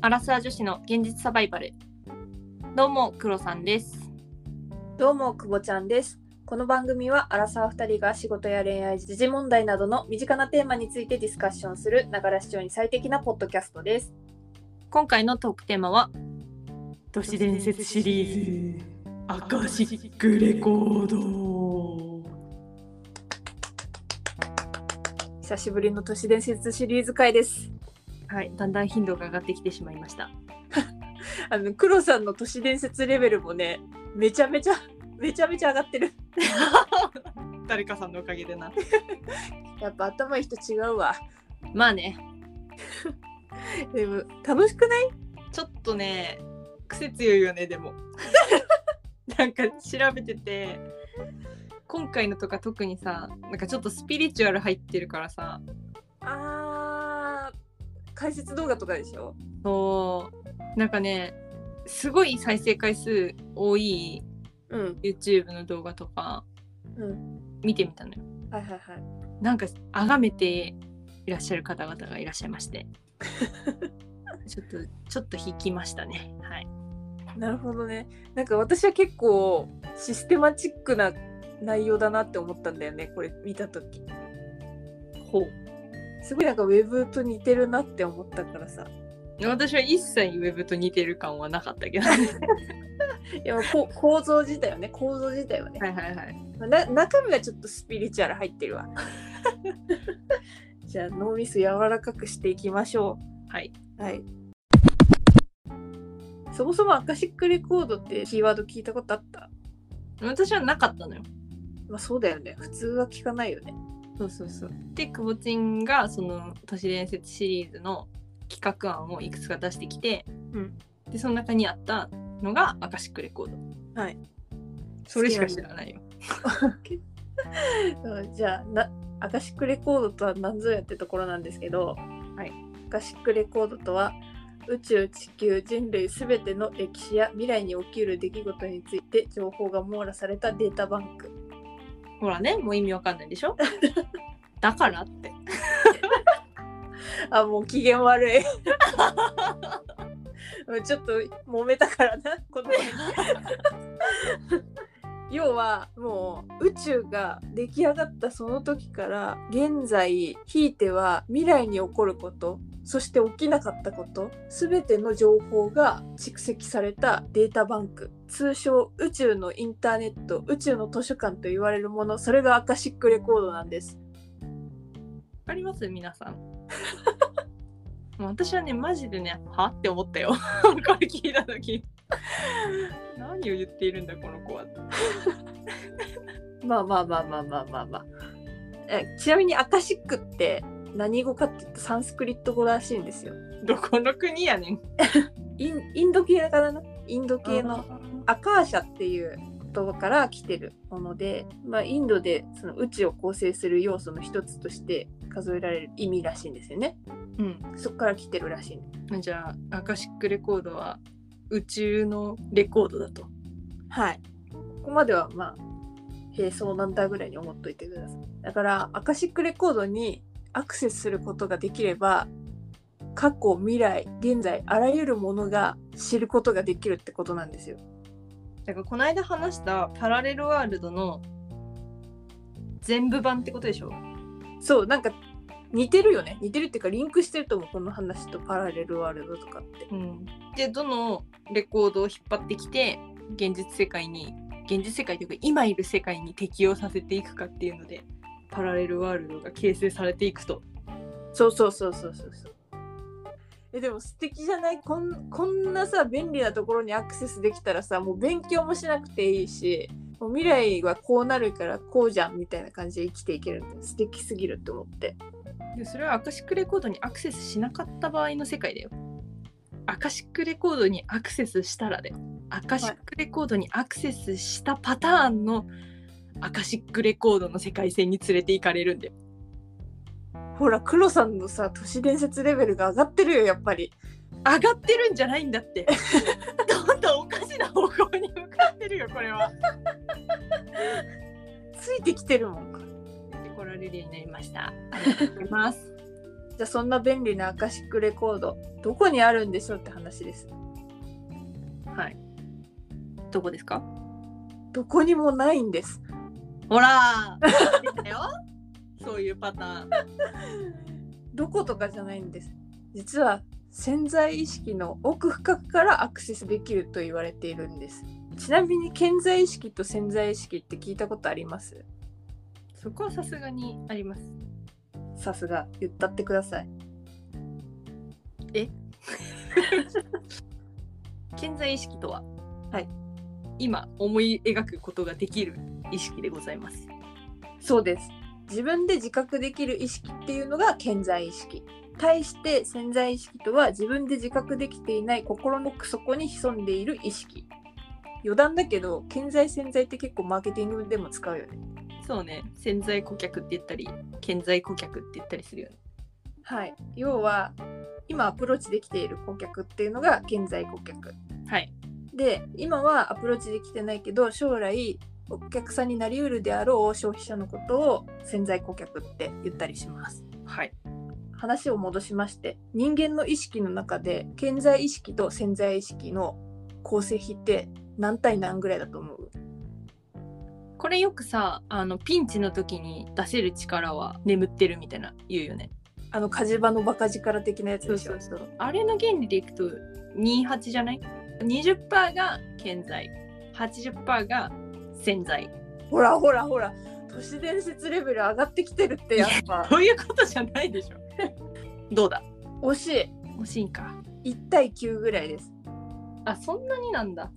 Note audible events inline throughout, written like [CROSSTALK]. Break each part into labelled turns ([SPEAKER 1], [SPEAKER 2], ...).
[SPEAKER 1] アラサー女子の現実サバイバルどうもクロさんです
[SPEAKER 2] どうも、くぼちゃんです。この番組は、アラサー2人が仕事や恋愛、時事問題などの身近なテーマについてディスカッションする、ながら視聴に最適なポッドキャストです。
[SPEAKER 1] 今回のトークテーマは都市伝説シリーズ
[SPEAKER 3] ーズアカシックレコード
[SPEAKER 2] 久しぶりの都市伝説シリーズ会です。
[SPEAKER 1] はいだんだん頻度が上がってきてしまいました
[SPEAKER 2] あの、黒さんの都市伝説レベルもね、めちゃめちゃ、めちゃめちゃ上がってる。
[SPEAKER 1] 誰かさんのおかげでな
[SPEAKER 2] やっぱ頭いい人違うわ。
[SPEAKER 1] まあね
[SPEAKER 2] でも、楽しくない
[SPEAKER 1] ちょっとね癖強いよねでも [LAUGHS] なんか調べてて今回のとか特にさなんかちょっとスピリチュアル入ってるからさ
[SPEAKER 2] あー、解説動画とかでしょ
[SPEAKER 1] そうなんかねすごい再生回数多い
[SPEAKER 2] うん。
[SPEAKER 1] YouTube の動画とか
[SPEAKER 2] うん。
[SPEAKER 1] 見てみたのよ
[SPEAKER 2] はいはいはい。
[SPEAKER 1] なんか崇めていらっしゃる方々がいらっしゃいまして [LAUGHS] ちょっとちょっと引きましたねはい
[SPEAKER 2] なるほどね。なんか私は結構システマチックな内容だなって思ったんだよね、これ見たとき。
[SPEAKER 1] ほ
[SPEAKER 2] すごいなんかウェブと似てるなって思ったからさ。
[SPEAKER 1] う私は一切ウェブと似てる感はなかったけど
[SPEAKER 2] いやこう構造自体はね、構造自体はね。
[SPEAKER 1] [LAUGHS] はいはいはい
[SPEAKER 2] な中身はちょっとスピリチュアル入って
[SPEAKER 1] [LAUGHS]
[SPEAKER 2] るわ。じゃあ脳みそ柔らかくしていきましょ
[SPEAKER 1] はい、
[SPEAKER 2] う。はい。そもそもアカシックレコードってキーワード聞いたことあった
[SPEAKER 1] 私はなかったのよ
[SPEAKER 2] まあそうだよね。普通は聞かないよね。
[SPEAKER 1] そうそうそうでくぼちんがその都市伝説シリーズの企画案をいくつか出してきて、
[SPEAKER 2] うん
[SPEAKER 1] でその中にあったのがアカシックレコード
[SPEAKER 2] はい
[SPEAKER 1] それしか知らないよ
[SPEAKER 2] うんじゃあなアカシックレコードとは何ぞやってところなんですけど、
[SPEAKER 1] はい、
[SPEAKER 2] アカシックレコードとは宇宙地球人類すべての歴史や未来に起きる出来事について情報が網羅されたデータバンク
[SPEAKER 1] ほらねもう意味わかんないでし [LAUGHS] ょだからって
[SPEAKER 2] あもう機嫌悪い [LAUGHS] うんちょっと揉めたからなこの前 [LAUGHS] 要はもう宇宙が出来上がったその時から現在ひいては未来に起こることそして起きなかったこと全ての情報が蓄積されたデータバンク通称宇宙のインターネット宇宙の図書館と言われるものそれがアカシックレコードなんです。
[SPEAKER 1] わかります皆さんもう私はねマジでねはって思ったよこれ聞いた時何を言っているんだこの子は
[SPEAKER 2] まあまあまあまあまあまあまあ。えちなみにアカシックって何語かって言うとサンスクリット語らしいんですよ。
[SPEAKER 1] どこの国やねん
[SPEAKER 2] インインド系かなインド系のアカーシャっていう言葉から来てるもので、まあ、インドでその宇宙を構成する要素の一つとして数えられる意味らしいんですよね。
[SPEAKER 1] うん
[SPEAKER 2] そこから来てるらしいんです。
[SPEAKER 1] じゃあアカシックレコードは宇宙のレコードだと
[SPEAKER 2] はい。ここまではまあ、へえ、そうなんだぐらいに思っといてください。だから、アカシックレコードにアクセスすることができれば、過去、未来、現在、あらゆるものが知ることができるってことなんですよ。
[SPEAKER 1] だからこの間話したパラレルワールドの全部版ってことでしょ
[SPEAKER 2] そう、なんか似てるよね。似てるっていうか、リンクしてると思う、この話とパラレルワールドとかって。
[SPEAKER 1] うん、でどのレコードを引っ張ってきて現実世界に現実世界というか今いる世界に適用させていくかっていうのでパラレルワールドが形成されていくと
[SPEAKER 2] そうそうそうそうそうそう。えでも素敵じゃないこんこんなさ便利なところにアクセスできたらさもう勉強もしなくていいしもう未来はこうなるからこうじゃんみたいな感じで生きていけるの素敵すぎると思って
[SPEAKER 1] でそれはアカシックレコードにアクセスしなかった場合の世界だよアカシックレコードにアクセスしたらだよアカシックレコードにアクセスしたパターンのアカシックレコードの世界線に連れて行かれるんだよ
[SPEAKER 2] ほら黒さんのさ都市伝説レベルが上がってるよやっぱり
[SPEAKER 1] 上がってるんじゃないんだって [LAUGHS] どんどんおかしな方向に向かってるよこれは
[SPEAKER 2] ついてきてるもん
[SPEAKER 1] [LAUGHS] 出てこられるようになりました。ありがとうございます。
[SPEAKER 2] じゃあそんな便利なアカシックレコードどこにあるんでしょうって話です
[SPEAKER 1] はい。どこですか
[SPEAKER 2] どこにもないんです
[SPEAKER 1] ほらーできたよ [LAUGHS] そういうパターン。
[SPEAKER 2] どことかじゃないんです実は潜在意識の奥深くからアクセスできると言われているんですちなみに潜在意識と潜在意識って聞いたことあります
[SPEAKER 1] そこはさすがにあります。
[SPEAKER 2] さすが言ったってください
[SPEAKER 1] 潜在意識とは、
[SPEAKER 2] はい、
[SPEAKER 1] 今思い描くことができる意識でございます。
[SPEAKER 2] そうです自分で自覚できる意識っていうのが潜在意識対して潜在意識とは自分で自覚できていない心の奥底に潜んでいる意識余談だけど潜在潜在って結構マーケティングでも使うよね
[SPEAKER 1] そうね、潜在顧客って言ったり、潜在顧客って言ったりするよね。
[SPEAKER 2] はい要は今アプローチできている顧客っていうのが潜在顧客
[SPEAKER 1] はい。
[SPEAKER 2] で今はアプローチできてないけど将来お客さんになりうるであろう消費者のことを潜在顧客って言ったりします
[SPEAKER 1] はい。
[SPEAKER 2] 話を戻しまして人間の意識の中で潜在意識と潜在意識の構成比って何対何ぐらいだと思う
[SPEAKER 1] これよくさ、あのピンチの時に出せる力は眠ってるみたいな言うよね。
[SPEAKER 2] あの火事場のバカ力的なやつでしょ
[SPEAKER 1] そうあれの原理でいくと28じゃない ?20% が健在、80%が潜在。
[SPEAKER 2] ほらほらほら都市伝説レベル上がってきてるってやっぱ
[SPEAKER 1] そういうことじゃないでしょ。 [LAUGHS] どうだ
[SPEAKER 2] 惜し
[SPEAKER 1] 惜しいんか。
[SPEAKER 2] い1対9ぐらいです
[SPEAKER 1] あ、そんなになんだ。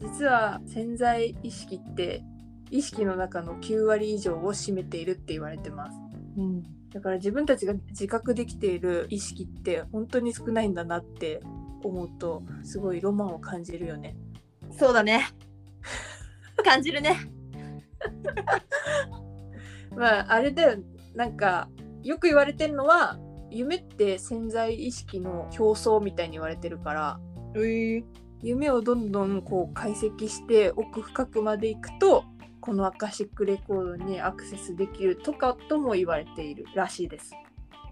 [SPEAKER 2] 実は潜在意識って意識の中の9割以上を占めているって言われてます
[SPEAKER 1] うん。
[SPEAKER 2] だから自分たちが自覚できている意識って本当に少ないんだなって思うとすごいロマンを感じるよね。
[SPEAKER 1] そうだね。感じるね。 [LAUGHS]
[SPEAKER 2] まああれだよなんかよく言われてるのは夢って潜在意識の表層みたいに言われてるから
[SPEAKER 1] ええ。
[SPEAKER 2] 夢をどんどんこう解析して奥深くまで行くとこのアカシックレコードにアクセスできるとかとも言われているらしいです。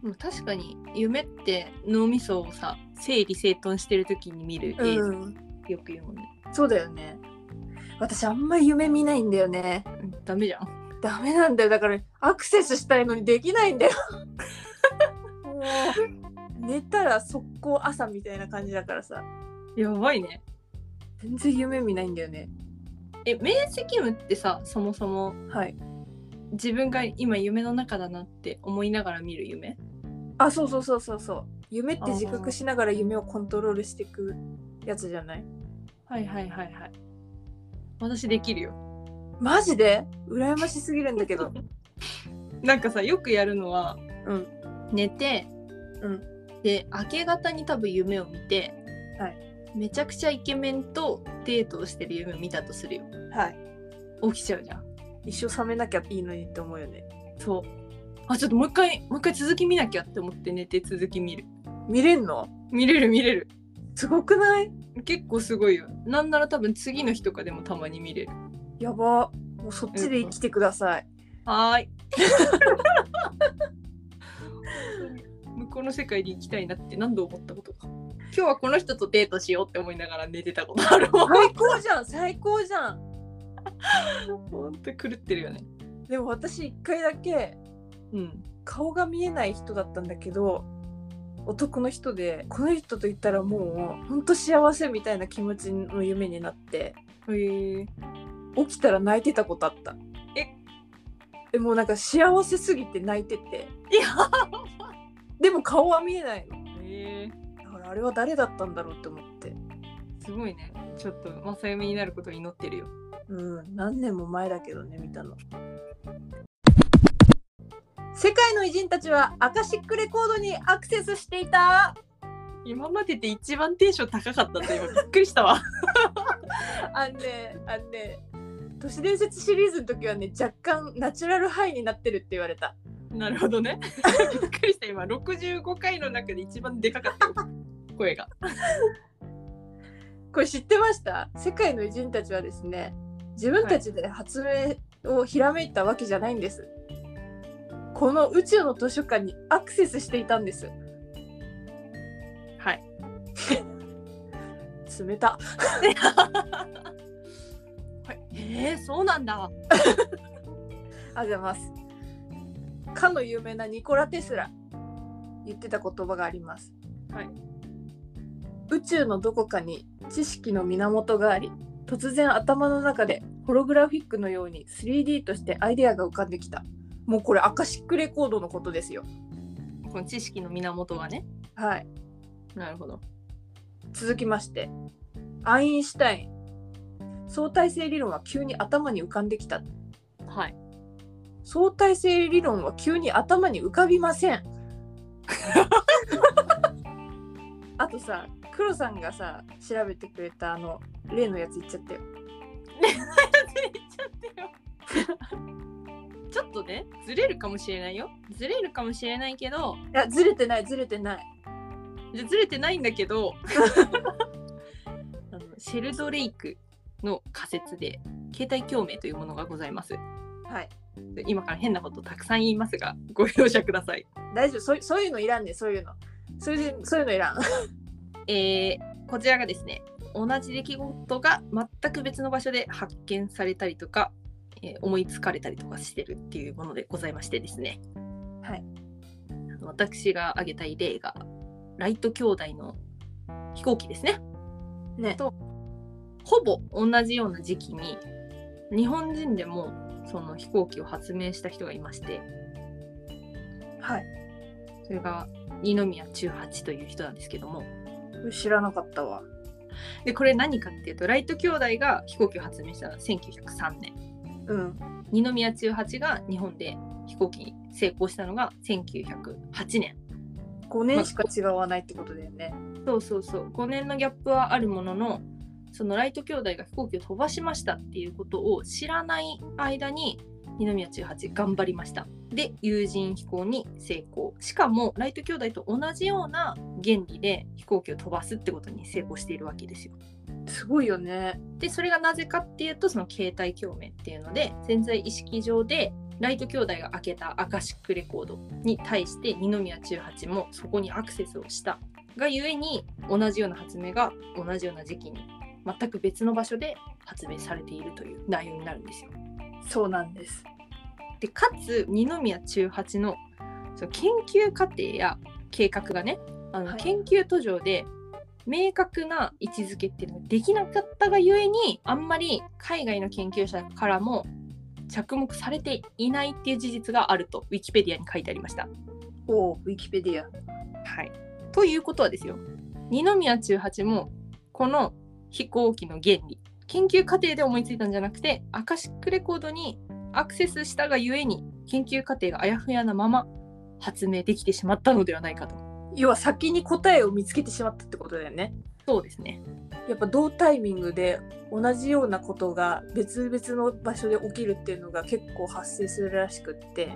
[SPEAKER 1] でも確かに夢って脳みそをさ整理整頓してる時に見る映像、
[SPEAKER 2] うん、
[SPEAKER 1] よく言うもんね、
[SPEAKER 2] そうだよね。私あんまり夢見ないんだよね。
[SPEAKER 1] うん、ダメじゃん
[SPEAKER 2] ダメなんだよだからアクセスしたいのにできないんだよもう寝たら速攻朝みたいな感じだからさ
[SPEAKER 1] やばいね
[SPEAKER 2] 全然夢見ないんだよね
[SPEAKER 1] え明晰夢ってさそもそも
[SPEAKER 2] はい
[SPEAKER 1] 自分が今夢の中だなって思いながら見る夢
[SPEAKER 2] あそうそうそうそうそう夢って自覚しながら夢をコントロールしていくやつじゃない
[SPEAKER 1] はいはいはいはい私できるよ
[SPEAKER 2] マジで羨ましすぎるんだけど
[SPEAKER 1] なんかさよくやるのは、
[SPEAKER 2] うん
[SPEAKER 1] 寝て、
[SPEAKER 2] うん
[SPEAKER 1] で明け方に多分夢を見て、
[SPEAKER 2] はい
[SPEAKER 1] めちゃくちゃイケメンとデートをしてる夢を見たとするよ
[SPEAKER 2] はい
[SPEAKER 1] 起きちゃうじゃん
[SPEAKER 2] 一生冷めなきゃいいのにって思うよね
[SPEAKER 1] そうあちょっともう一回もう一回続き見なきゃって思って寝て続き見る
[SPEAKER 2] 見れんの
[SPEAKER 1] 見れる見れる
[SPEAKER 2] すごくない
[SPEAKER 1] 結構すごいよなんなら多分次の日とかでもたまに見れる
[SPEAKER 2] やばもうそっちで生きてください
[SPEAKER 1] は [LAUGHS] ーい向こうの世界に行きたいなって何度思ったことか今日はこの人とデートしようって思いながら寝てたことあるもん
[SPEAKER 2] 最高じゃん最高じゃん
[SPEAKER 1] ほんと狂ってるよね
[SPEAKER 2] でも私一回だけ
[SPEAKER 1] うん
[SPEAKER 2] 顔が見えない人だったんだけど男の人でこの人と言ったらもうほんと幸せみたいな気持ちの夢になって
[SPEAKER 1] へえ
[SPEAKER 2] 起きたら泣いてたことあった
[SPEAKER 1] え
[SPEAKER 2] でもうなんか幸せすぎて泣いてて
[SPEAKER 1] いや
[SPEAKER 2] でも顔は見えないの
[SPEAKER 1] へえ
[SPEAKER 2] だからあれは誰だったんだろうって思って
[SPEAKER 1] すごいねちょっと正夢になることを祈ってるよ
[SPEAKER 2] うん何年も前だけどね見たの世界の偉人たちはアカシックレコードにアクセスしていた
[SPEAKER 1] 今までで一番テンション高かったんだ今びっくりしたわ [LAUGHS]
[SPEAKER 2] あんねあんね都市伝説シリーズの時はね若干ナチュラルハイになってるって言われた
[SPEAKER 1] なるほど [LAUGHS] ねびっくりした今65回の中で一番でかかったよ声が
[SPEAKER 2] これ知ってました世界の偉人たちはですね自分たちで発明をひらめいたわけじゃないんです、この宇宙の図書館にアクセスしていたんです
[SPEAKER 1] はい
[SPEAKER 2] [LAUGHS] 冷た
[SPEAKER 1] はいえー、そうなんだ
[SPEAKER 2] ありがとうございますかの有名なニコラ・テスラ言ってた言葉があります
[SPEAKER 1] はい
[SPEAKER 2] 宇宙のどこかに知識の源があり突然頭の中でホログラフィックのように 3D としてアイデアが浮かんできたもうこれアカシックレコードのことですよ
[SPEAKER 1] この知識の源がね
[SPEAKER 2] はい
[SPEAKER 1] なるほど
[SPEAKER 2] 続きましてアインシュタイン相対性理論は急に頭に浮かんできた
[SPEAKER 1] [LAUGHS] はい
[SPEAKER 2] 相対性理論は急に頭に浮かびま [LAUGHS] せんあとさ黒さんがさ調べてくれたあの例のやつ言っちゃったよ
[SPEAKER 1] [LAUGHS] ちょっとねずれるかもしれないよずれるかもしれないけど
[SPEAKER 2] いやずれてないずれてない
[SPEAKER 1] じゃずれてないんだけど [LAUGHS] あのシェルドレイクの仮説で携帯共鳴というものがございます
[SPEAKER 2] はい
[SPEAKER 1] で今から変なことたくさん言いますがご容赦ください
[SPEAKER 2] 大丈夫そうそういうのいらんねそういうのそういうそういうのいらん
[SPEAKER 1] えーこちらがですね同じ出来事が全く別の場所で発見されたりとか、えー思いつかれたりとかしてるっていうものでございましてですね
[SPEAKER 2] はい
[SPEAKER 1] あの私が挙げたい例がライト兄弟の飛行機ですね
[SPEAKER 2] ね
[SPEAKER 1] ほぼ同じような時期に日本人でもその飛行機を発明した人がいまして
[SPEAKER 2] はい
[SPEAKER 1] それが二宮中八という人なんですけども
[SPEAKER 2] 知らなかったわ
[SPEAKER 1] でこれ何かっていうとライト兄弟が飛行機を発明したのは1903年
[SPEAKER 2] うん
[SPEAKER 1] 二宮中八が日本で飛行機に成功したのが1908年
[SPEAKER 2] 5年しか違わないってことだよね
[SPEAKER 1] そうそうそう5年のギャップはあるもののそのライト兄弟が飛行機を飛ばしましたっていうことを知らない間に二宮中八頑張りましたで有人飛行に成功しかもライト兄弟と同じような原理で飛行機を飛ばすってことに成功しているわけですよ
[SPEAKER 2] すごいよね
[SPEAKER 1] でそれがなぜかっていうとその携帯共鳴っていうので潜在意識上でライト兄弟が開けたアカシックレコードに対して二宮中八もそこにアクセスをしたがゆえに同じような発明が同じような時期に全く別の場所で発明されているという内容になるんですよ。
[SPEAKER 2] そうなんです
[SPEAKER 1] でかつ二宮中八のその研究過程や計画がねあの、
[SPEAKER 2] はい
[SPEAKER 1] 研究途上で明確な位置づけっていうのができなかったがゆえにあんまり海外の研究者からも着目されていないっていう事実があるとウィキペディアに書いてありました。
[SPEAKER 2] おおウィキペディア
[SPEAKER 1] はい、ということはですよ二宮中八もこの飛行機の原理研究過程で思いついたんじゃなくてアカシックレコードにアクセスしたがゆえに研究過程があやふやなまま発明できてしまったのではないかと。
[SPEAKER 2] 要は先に答えを見つけてしまったってことだよね
[SPEAKER 1] そうですね
[SPEAKER 2] やっぱ同タイミングで同じようなことが別々の場所で起きるっていうのが結構発生するらしくって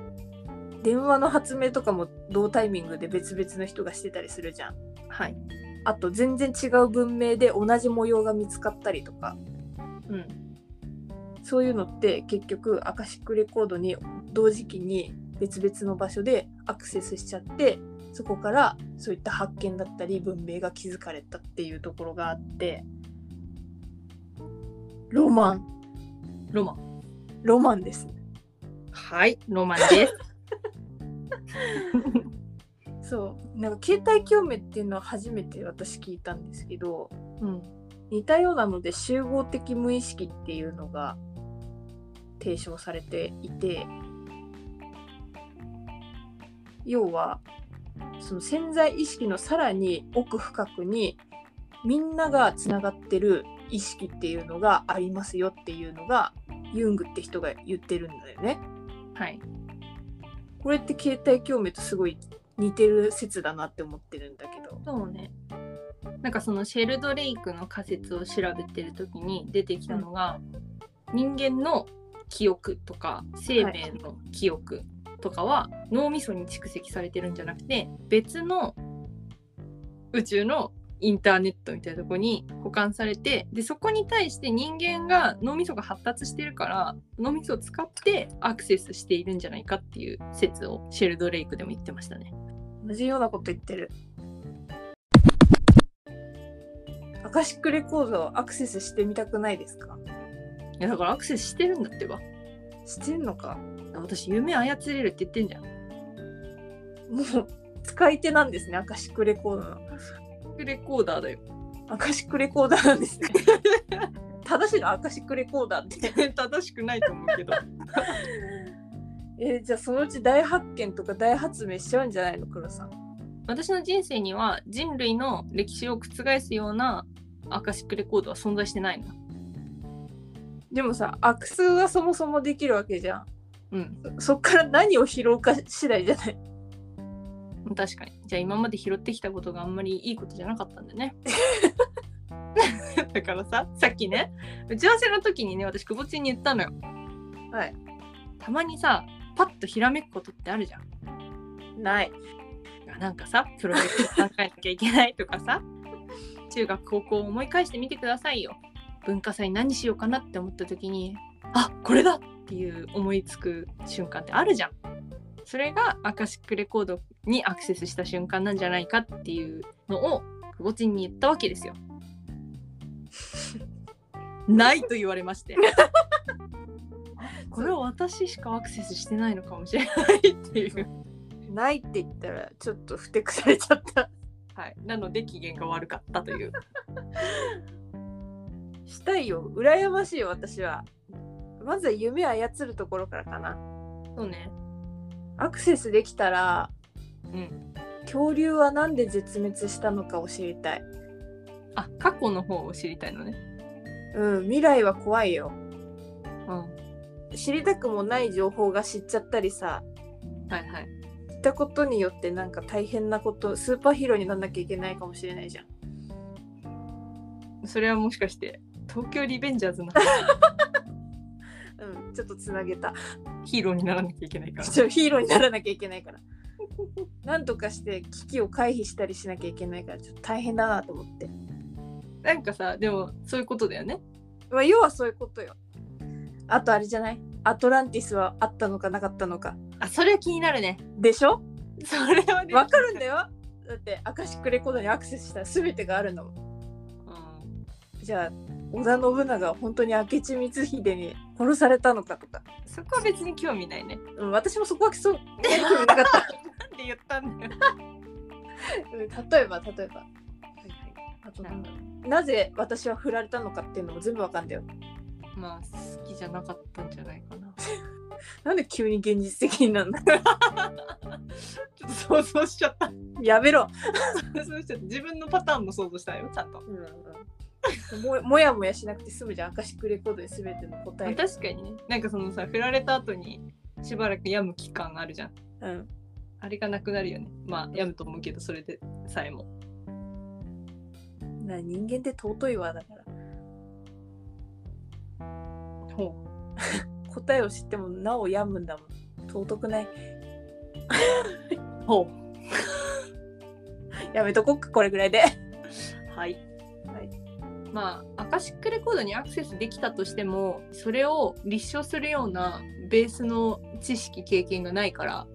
[SPEAKER 2] 電話の発明とかも同タイミングで別々の人がしてたりするじゃん
[SPEAKER 1] はい、
[SPEAKER 2] あと全然違う文明で同じ模様が見つかったりとか
[SPEAKER 1] うん、
[SPEAKER 2] そういうのって結局アカシックレコードに同時期に別々の場所でアクセスしちゃってそこからそういった発見だったり文明が築かれたっていうところがあってロマン
[SPEAKER 1] ロマン
[SPEAKER 2] ロマンです
[SPEAKER 1] はいロマンです [LAUGHS]
[SPEAKER 2] そうなんか携帯共鳴っていうのは初めて私聞いたんですけど
[SPEAKER 1] うん
[SPEAKER 2] 似たようなので集合的無意識っていうのが提唱されていて要はその潜在意識のさらに奥深くにみんながつながってる意識っていうのがありますよっていうのがユングって人が言ってるんだよね。
[SPEAKER 1] はい
[SPEAKER 2] これって携帯共鳴とすごい似てる説だなって思ってるんだけど。
[SPEAKER 1] そうねなんかそのシェルドレイクの仮説を調べてる時に出てきたのが、人間の記憶とか生命の記憶とかは脳みそに蓄積されてるんじゃなくて別の宇宙のインターネットみたいなとこに保管されてでそこに対して人間が脳みそが発達してるから脳みそを使ってアクセスしているんじゃないかっていう説をシェルドレイクでも言ってましたね。
[SPEAKER 2] 同じようなこと言ってるアカシックレコードをアクセスしてみたくないですか
[SPEAKER 1] いやだからアクセスしてるんだってば
[SPEAKER 2] してんのか
[SPEAKER 1] 私夢操れるって言ってんじゃん。
[SPEAKER 2] もう使い手なんですねアカシックレコードの
[SPEAKER 1] レコーダーだよ。 [LAUGHS]
[SPEAKER 2] アカシックレコーダーなんですね正しいのアカシックレコーダーって
[SPEAKER 1] 正しくないと思うけど。
[SPEAKER 2] えーじゃあそのうち大発見とか大発明しちゃうんじゃないの黒さん
[SPEAKER 1] [LAUGHS] 私の人生には人類の歴史を覆すようなアカシックレコードは存在してないの。
[SPEAKER 2] でもさアクスがそもそもできるわけじゃん
[SPEAKER 1] うん、
[SPEAKER 2] そっから何を拾うか次第じゃない
[SPEAKER 1] 確かに。じゃあ今まで拾ってきたことがあんまりいいことじゃなかったんだ [LAUGHS] ね。だからさ、さっきね、打ち合わせの時にね、私、くぼちんに言ったのよ。
[SPEAKER 2] はい。
[SPEAKER 1] たまにさ、パッとひらめくことってあるじゃん。
[SPEAKER 2] ない
[SPEAKER 1] なんかさ、プロジェクト考えなきゃいけないとかさ、中学、高校を思い返してみてくださいよ。文化祭何しようかなって思った時に、あこれだっていう思いつく瞬間ってあるじゃん。それがアカシックレコードにアクセスした瞬間なんじゃないかっていうのを、くぼちんに言ったわけですよ。 [LAUGHS] ないと言われまして。あこれは私しかアクセスしてないのかもしれないっていう。
[SPEAKER 2] ないって言ったらちょっとふてくされちゃった [LAUGHS]
[SPEAKER 1] はい、なので機嫌が悪かったという。
[SPEAKER 2] したいよ羨ましいよ私はまずは夢操るところからかな
[SPEAKER 1] [LAUGHS] そうね。
[SPEAKER 2] アクセスできたら、
[SPEAKER 1] うん、
[SPEAKER 2] 恐竜はなんで絶滅したのかを知りたい
[SPEAKER 1] あ、過去の方を知りたいのね。
[SPEAKER 2] うん未来は怖いよ
[SPEAKER 1] うん。は
[SPEAKER 2] 知りたくもない情報が知っちゃったりさ
[SPEAKER 1] いはい。
[SPEAKER 2] 知ったことによってなんか大変なことスーパーヒーローになんなきゃいけないかもしれないじゃん
[SPEAKER 1] それはもしかして東京リベンジャー [LAUGHS] ズの
[SPEAKER 2] うんちょっとつなげた [LAUGHS]
[SPEAKER 1] ヒーローにならなきゃいけないから。
[SPEAKER 2] ちょヒーローにならなきゃいけないからなんとかして危機を回避したりしなきゃいけないからちょっと大変だなと思って
[SPEAKER 1] [LAUGHS] なんかさ、でもそういうことだよね。
[SPEAKER 2] まあ、要はそういうことよ。あとあれじゃないアトランティスはあったのかなかったのか。
[SPEAKER 1] あ、それは気になるね。
[SPEAKER 2] でしょ
[SPEAKER 1] それはね。
[SPEAKER 2] わかるんだよ。だってアカシックレコードにアクセスしたら全てがあるの。
[SPEAKER 1] うん
[SPEAKER 2] じゃあ織田信長は本当に明智光秀に殺されたのかとか。
[SPEAKER 1] そこは別に興味ないね。
[SPEAKER 2] うん、私もそこはそう興味なか
[SPEAKER 1] なん
[SPEAKER 2] った。
[SPEAKER 1] で言ったんだよ。
[SPEAKER 2] うん例えば例えば。あとなんだろうなぜ私は振られたのかっていうのも全部わかんだよ。
[SPEAKER 1] まあ、好きじゃなかったんじゃないかな。
[SPEAKER 2] なんで急に現実的になるの
[SPEAKER 1] ちょっと [LAUGHS] 想像しちゃった。
[SPEAKER 2] やめろ、
[SPEAKER 1] 想像しちゃった。自分のパターンも想像したよ、ちゃんと。
[SPEAKER 2] ももやもやしなくて済むじゃんアカシックレコードに全ての答えが。
[SPEAKER 1] 確かにねなんかそのさ振られた後にしばらく病む期間あるじゃん
[SPEAKER 2] うん
[SPEAKER 1] あれがなくなるよねまあ病むと思うけどそれでさえも
[SPEAKER 2] な人間って尊いわだから
[SPEAKER 1] ほ
[SPEAKER 2] 答えを知ってもなお病むんだもん尊くないう
[SPEAKER 1] ほ
[SPEAKER 2] やめとこっかこれぐらいで
[SPEAKER 1] うはい、
[SPEAKER 2] はい
[SPEAKER 1] まあアカシックレコードにアクセスできたとしてもそれを立証するようなベースの知識経験がないから、
[SPEAKER 2] ん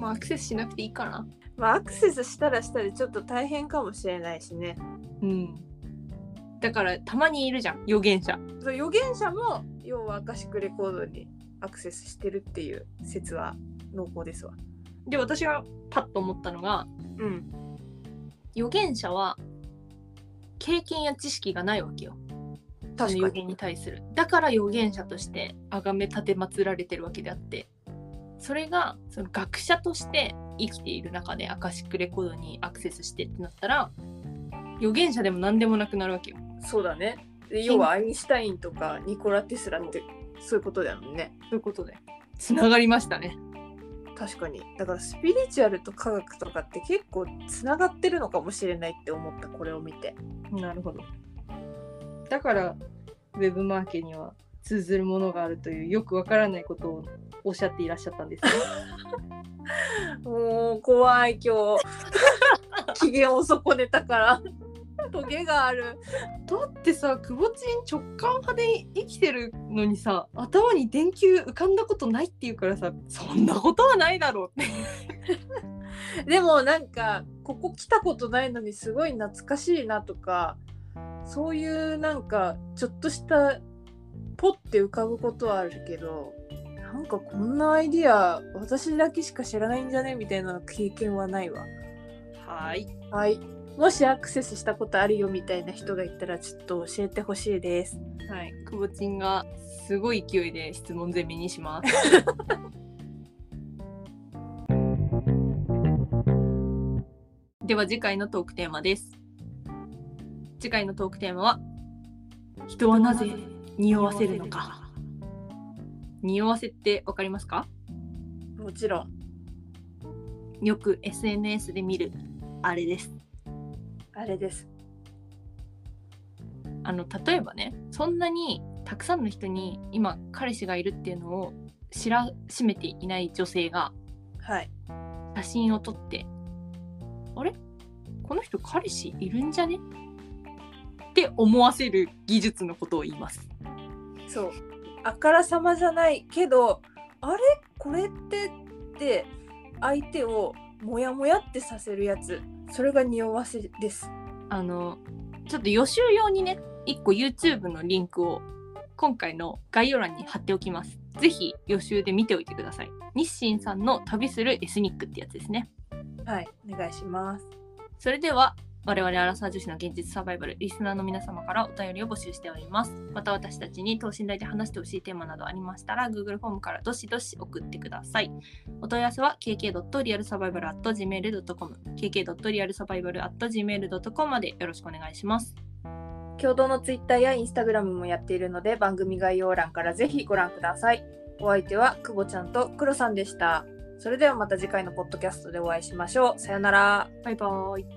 [SPEAKER 1] まあアクセスしなくていいかな
[SPEAKER 2] まあアクセスしたらしたでちょっと大変かもしれないしね
[SPEAKER 1] うんだからたまにいるじゃん予言者
[SPEAKER 2] そう預言者も要はアカシックレコードにアクセスしてるっていう説は濃厚ですわ
[SPEAKER 1] で私がパッと思ったのが
[SPEAKER 2] うん
[SPEAKER 1] 預言者は経験や知識がないわけよその
[SPEAKER 2] 確か
[SPEAKER 1] 予言
[SPEAKER 2] に
[SPEAKER 1] に対するだから預言者として崇め立て祀られてるわけであってそれがその学者として生きている中でアカシックレコードにアクセスしてってなったら預言者でも何でもなくなるわけよ
[SPEAKER 2] そうだねで要はアインシュタインとかニコラ・テスラってそういうことだもんね
[SPEAKER 1] ということでつながりましたね
[SPEAKER 2] 確かにだからスピリチュアルと科学とかって結構つながってるのかもしれないって思ったこれを見て
[SPEAKER 1] なるほどだからウェブマーケには通ずるものがあるというよくわからないことをおっしゃっていらっしゃったんですね
[SPEAKER 2] もう怖い今日機嫌を損ねたからトゲがある
[SPEAKER 1] だってさくぼちん直感派で生きてるのにさ頭に電球浮かんだことないっていうからさそんなことはないだろうって
[SPEAKER 2] でもなんかここ来たことないのにすごい懐かしいなとかそういうなんかちょっとしたポッて浮かぶことはあるけどなんかこんなアイディア私だけしか知らないんじゃねみたいな経験はないわ。
[SPEAKER 1] はい
[SPEAKER 2] はい。もしアクセスしたことあるよみたいな人がいたらちょっと教えてほしいです。
[SPEAKER 1] はいくぼちんがすごい勢いで質問攻めにします [LAUGHS] では次回のトークテーマです次回のトークテーマは人はなぜ匂わせるのか匂わせってわかりますか
[SPEAKER 2] もちろん
[SPEAKER 1] よく SNS で見るあれです
[SPEAKER 2] あれです。
[SPEAKER 1] あの例えばねそんなにたくさんの人に今彼氏がいるっていうのを知らしめていない女性が
[SPEAKER 2] はい。
[SPEAKER 1] 写真を撮ってあれこの人彼氏いるんじゃねって思わせる技術のことを言います
[SPEAKER 2] そう。あからさまじゃないけどあれこれってって相手をモヤモヤってさせるやつそれが匂わせです。
[SPEAKER 1] あのちょっと予習用にね1個 YouTube のリンクを今回の概要欄に貼っておきますぜひ予習で見ておいてください日清さんの旅するエスニックってやつですね
[SPEAKER 2] はい。お願いします。
[SPEAKER 1] それでは我々アラサー女子の現実サバイバルリスナーの皆様からお便りを募集しておりますまた私たちに等身大で話してほしいテーマなどありましたら Google フォームからどしどし送ってくださいお問い合わせは kk.realsurvival.gmail.com kk.realsurvival.gmail.com までよろしくお願いします
[SPEAKER 2] 共同のツイッターやインスタグラムもやっているので番組概要欄からぜひご覧くださいお相手はくぼちゃんとくろさんでしたそれではまた次回のポッドキャストでお会いしましょうさよなら
[SPEAKER 1] バイバイ
[SPEAKER 2] 「